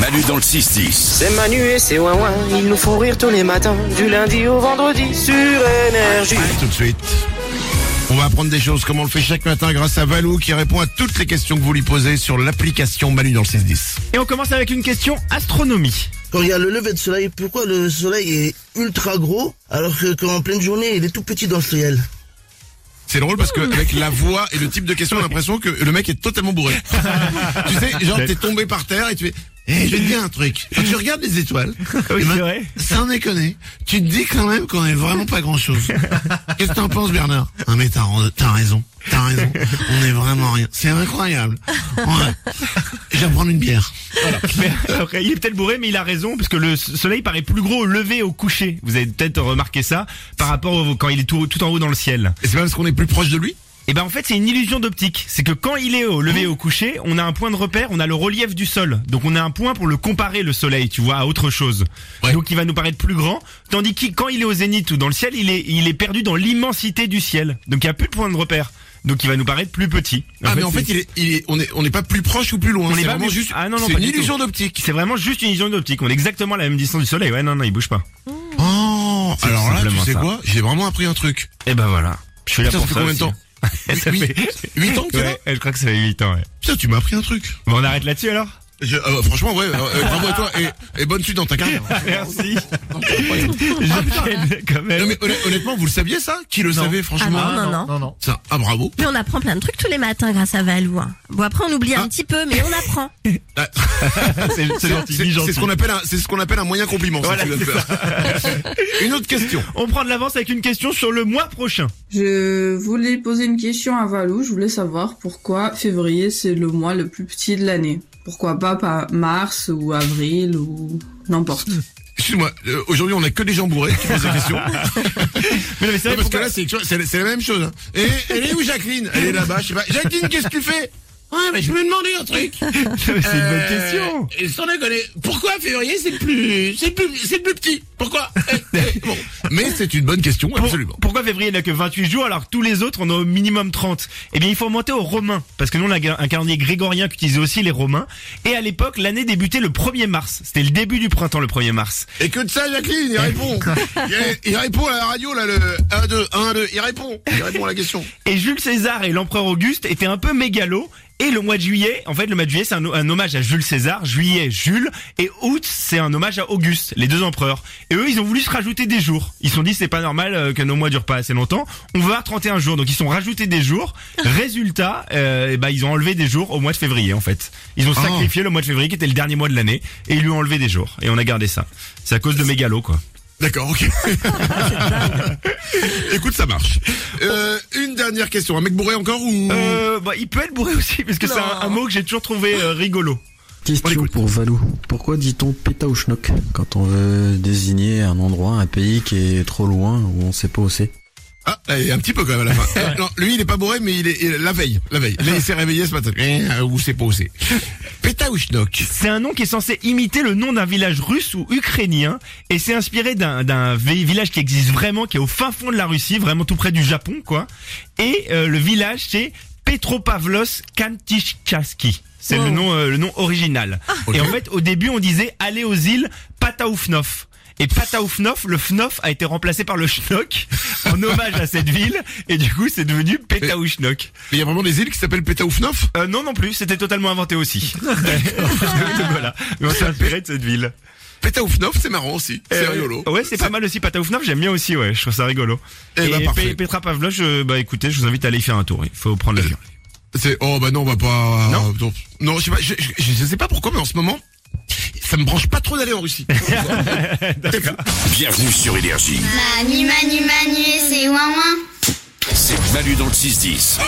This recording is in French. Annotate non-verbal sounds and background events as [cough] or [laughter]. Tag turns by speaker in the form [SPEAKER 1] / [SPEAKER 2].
[SPEAKER 1] Manu dans le 6-10.
[SPEAKER 2] C'est Manu et c'est Wawa, ils nous font rire tous les matins, du lundi au vendredi sur énergie.
[SPEAKER 3] Allez, tout de suite. On va apprendre des choses comme on le fait chaque matin grâce à Valou qui répond à toutes les questions que vous lui posez sur l'application Manu dans le 6-10.
[SPEAKER 4] Et on commence avec une question astronomie.
[SPEAKER 5] Quand il y a le lever de soleil, pourquoi le soleil est ultra gros alors que qu'en pleine journée il est tout petit dans le ciel
[SPEAKER 3] C'est drôle parce que avec la voix et le type de question, on a l'impression que le mec est totalement
[SPEAKER 4] [laughs]
[SPEAKER 3] bourré. tu sais, genre t'es tombé par terre et tu fais Eh, je vais te dire un truc. Quand tu regardes les étoiles, eh ben,
[SPEAKER 4] c'est vrai.
[SPEAKER 3] sans déconner, tu te dis quand même qu'on est vraiment pas grand chose. Qu'est-ce que t'en penses, Bernard Ah mais t'as t'as raison, t'as raison. On est vraiment rien. C'est incroyable. Ouais. Je vais prendre une bière.
[SPEAKER 4] [laughs] Mais après, il est peut-être bourré, mais il a raison, parce que le soleil paraît plus gros au lever au coucher. Vous avez peut-être remarqué ça par rapport au, quand il est tout, tout en haut dans le ciel.
[SPEAKER 3] Et c'est pas parce qu'on est plus proche de lui
[SPEAKER 4] Et ben en fait, c'est une illusion d'optique. C'est que quand il est au lever au coucher, on a un point de repère, on a le relief du sol. Donc on a un point pour le comparer le soleil, tu vois, à autre chose.
[SPEAKER 3] Ouais.
[SPEAKER 4] Donc il va nous paraître plus grand, tandis que quand il est au zénith ou dans le ciel, il est il est perdu dans l'immensité du ciel. Donc il y a plus de point de repère. Donc il va nous paraître plus petit.
[SPEAKER 3] Ah mais en fait,
[SPEAKER 4] c'est-
[SPEAKER 3] il est, il est- on est, on n'est pas plus proche ou plus loin.
[SPEAKER 4] On
[SPEAKER 3] c'est
[SPEAKER 4] est pas
[SPEAKER 3] vraiment
[SPEAKER 4] plus-
[SPEAKER 3] juste.
[SPEAKER 4] Ah non, non,
[SPEAKER 3] c'est
[SPEAKER 4] pas
[SPEAKER 3] une
[SPEAKER 4] du tout.
[SPEAKER 3] illusion d'optique.
[SPEAKER 4] c'est vraiment juste une illusion d'optique. On est exactement à la même distance du soleil. Ouais, non, non, il bouge pas.
[SPEAKER 3] Oh,
[SPEAKER 4] C'est
[SPEAKER 3] alors là, tu
[SPEAKER 4] simplement
[SPEAKER 3] sais
[SPEAKER 4] ça.
[SPEAKER 3] quoi J'ai vraiment appris un truc.
[SPEAKER 4] Et ben voilà. Je suis
[SPEAKER 3] Putain,
[SPEAKER 4] là
[SPEAKER 3] Eh ça
[SPEAKER 4] pour
[SPEAKER 3] fait combien de
[SPEAKER 4] aussi.
[SPEAKER 3] temps
[SPEAKER 4] [laughs] Ça
[SPEAKER 3] Huit-
[SPEAKER 4] fait-
[SPEAKER 3] huit ans que t'es là
[SPEAKER 4] Ouais, je crois que ça fait 8 ans, ouais.
[SPEAKER 3] Putain, tu m'as appris un truc.
[SPEAKER 4] Bon, on arrête là-dessus alors
[SPEAKER 3] Je- euh, franchement, ouais. alors, euh, bravo à toi et, et bonne suite dans ta
[SPEAKER 4] [laughs]
[SPEAKER 3] carrière.
[SPEAKER 4] Merci. J'enchaîne quand
[SPEAKER 3] Non
[SPEAKER 4] même.
[SPEAKER 3] mais honn- honnêtement, vous le saviez ça Qui le savait franchement
[SPEAKER 6] Ah non, non, non.
[SPEAKER 3] Ça, ah bravo.
[SPEAKER 6] Mais on apprend plein de trucs tous les matins grâce à Valou. hein. Bon, après, on oublie
[SPEAKER 3] Ah.
[SPEAKER 6] un petit peu, mais on apprend.
[SPEAKER 3] Ah,
[SPEAKER 4] C'est c'est gentil,
[SPEAKER 3] C'est c'est
[SPEAKER 4] dis gentil.
[SPEAKER 3] ce qu'on appelle, un- c'est ce qu'on appelle un moyen compliment. si
[SPEAKER 4] Voilà,
[SPEAKER 3] tu veux le
[SPEAKER 4] c'est
[SPEAKER 3] faire. [laughs] Une autre question.
[SPEAKER 4] On prend de l'avance avec une question sur le mois prochain.
[SPEAKER 7] Je voulais poser une question à Valou. Je voulais savoir pourquoi février c'est le mois le plus petit de l'année. Pourquoi pas pas mars ou avril ou n'importe.
[SPEAKER 3] Excuse-moi. euh, Aujourd'hui, on a que des gens bourrés qui posent des questions.
[SPEAKER 4] Mais non, mais c'est
[SPEAKER 3] Non,
[SPEAKER 4] vrai
[SPEAKER 3] parce que
[SPEAKER 4] pourquoi-
[SPEAKER 3] là, c'est c'est- c'est la même chose. hein. Et elle est où Jacqueline Elle est là-bas, je sais pas. Jacqueline, qu'est-ce que tu fais Ouais, mais je me demandais un truc.
[SPEAKER 4] [laughs] c'est une
[SPEAKER 3] Euh,
[SPEAKER 4] bonne question.
[SPEAKER 3] Et sans déconner, pourquoi février c'est le plus, c'est le plus, c'est le plus petit
[SPEAKER 4] [laughs]
[SPEAKER 3] Pourquoi Eh, eh, bon. Mais c'est une bonne question,
[SPEAKER 4] Pour-
[SPEAKER 3] absolument.
[SPEAKER 4] Pourquoi février n'a que 28 jours alors que tous les autres en ont au minimum 30 Eh bien, il faut remonter aux Romains, parce que nous on a un calendrier grégorien qu'utilisaient aussi les Romains. Et à l'époque, l'année débutait le 1er mars. C'était le début du printemps, le 1er mars.
[SPEAKER 3] Et que de ça, Jacqueline,
[SPEAKER 4] Eh,
[SPEAKER 3] il répond. Il, il répond à la radio là, le 1 2 1 2, il répond. Il répond à la question.
[SPEAKER 4] Et Jules César et l'empereur Auguste étaient un peu mégalos. Et le mois de juillet, en fait, le mois de juillet, c'est un, un hommage à Jules César, juillet, Jules, et août, c'est un hommage à Auguste, les deux empereurs. Et eux, ils ont voulu se rajouter des jours. Ils se sont dit, c'est pas normal euh, que nos mois durent pas assez longtemps. On va avoir 31 jours, donc ils se sont rajoutés des jours. Résultat, euh, eh ben, ils ont enlevé des jours au mois de février, en fait. Ils ont
[SPEAKER 3] Oh.
[SPEAKER 4] sacrifié le mois de février, qui était le dernier mois de l'année, et ils lui ont enlevé des jours. Et on a gardé ça. C'est à cause de mégalos, quoi.
[SPEAKER 3] D'accord, [laughs] ok. Écoute, ça marche. Euh, une dernière question. Un mec bourré encore ou
[SPEAKER 4] Euh, bah, il peut être bourré [laughs] aussi, parce que c'est un, un mot que j'ai toujours trouvé euh, rigolo. On
[SPEAKER 8] Question
[SPEAKER 4] l'écoute.
[SPEAKER 8] pour Valou. Pourquoi dit-on péta ou schnock quand on veut désigner un endroit, un pays qui est trop loin où on sait pas où c'est
[SPEAKER 3] Ah, là, il est un petit peu quand même à la fin. Euh, non, lui, il est pas bourré, mais il est, il est- la veille, la veille. Là, il s'est réveillé ce matin. Eh, Où c'est pas où c'est. Péta ou schnock
[SPEAKER 4] C'est un nom qui est censé imiter le nom d'un village russe ou ukrainien et c'est inspiré d'un d'un vi- village qui existe vraiment, qui est au fin fond de la Russie, vraiment tout près du Japon, quoi. Et euh, le village c'est Petropavlos Kantichkaski. C'est le nom euh, le nom original. Et en fait, au début, on disait aller aux îles Pataoufnov. Et Pataoufnov, le Fnof a été remplacé par le Schnock [laughs] en hommage à cette ville et du coup, c'est devenu Petaouchnock.
[SPEAKER 3] Mais il y a vraiment des îles qui s'appellent Péta ou Fnof
[SPEAKER 4] Euh, non non plus, c'était totalement inventé aussi. [laughs] Donc voilà, Mais on s'est inspiré de cette ville.
[SPEAKER 3] Péta ou Fnof, c'est marrant aussi. C'est
[SPEAKER 4] Euh,
[SPEAKER 3] rigolo.
[SPEAKER 4] Ouais, c'est pas mal aussi. Pataoufnov, j'aime bien aussi, ouais. Je trouve ça rigolo.
[SPEAKER 3] Eh ben, parfait.
[SPEAKER 4] Pe- Petra Pavlov, je- bah écoutez, je vous invite à aller y faire un tour. Il faut prendre l'avion.
[SPEAKER 3] C'est oh bah non, on va pas.
[SPEAKER 4] Non.
[SPEAKER 3] non, non, je sais pas, je, je- je sais pas pourquoi, mais en ce moment, ça me branche pas trop d'aller en Russie.
[SPEAKER 1] Bienvenue sur Énergie.
[SPEAKER 9] Manu, Manu, Manu et c'est ouin ouin.
[SPEAKER 1] C'est Manu dans le 6-10.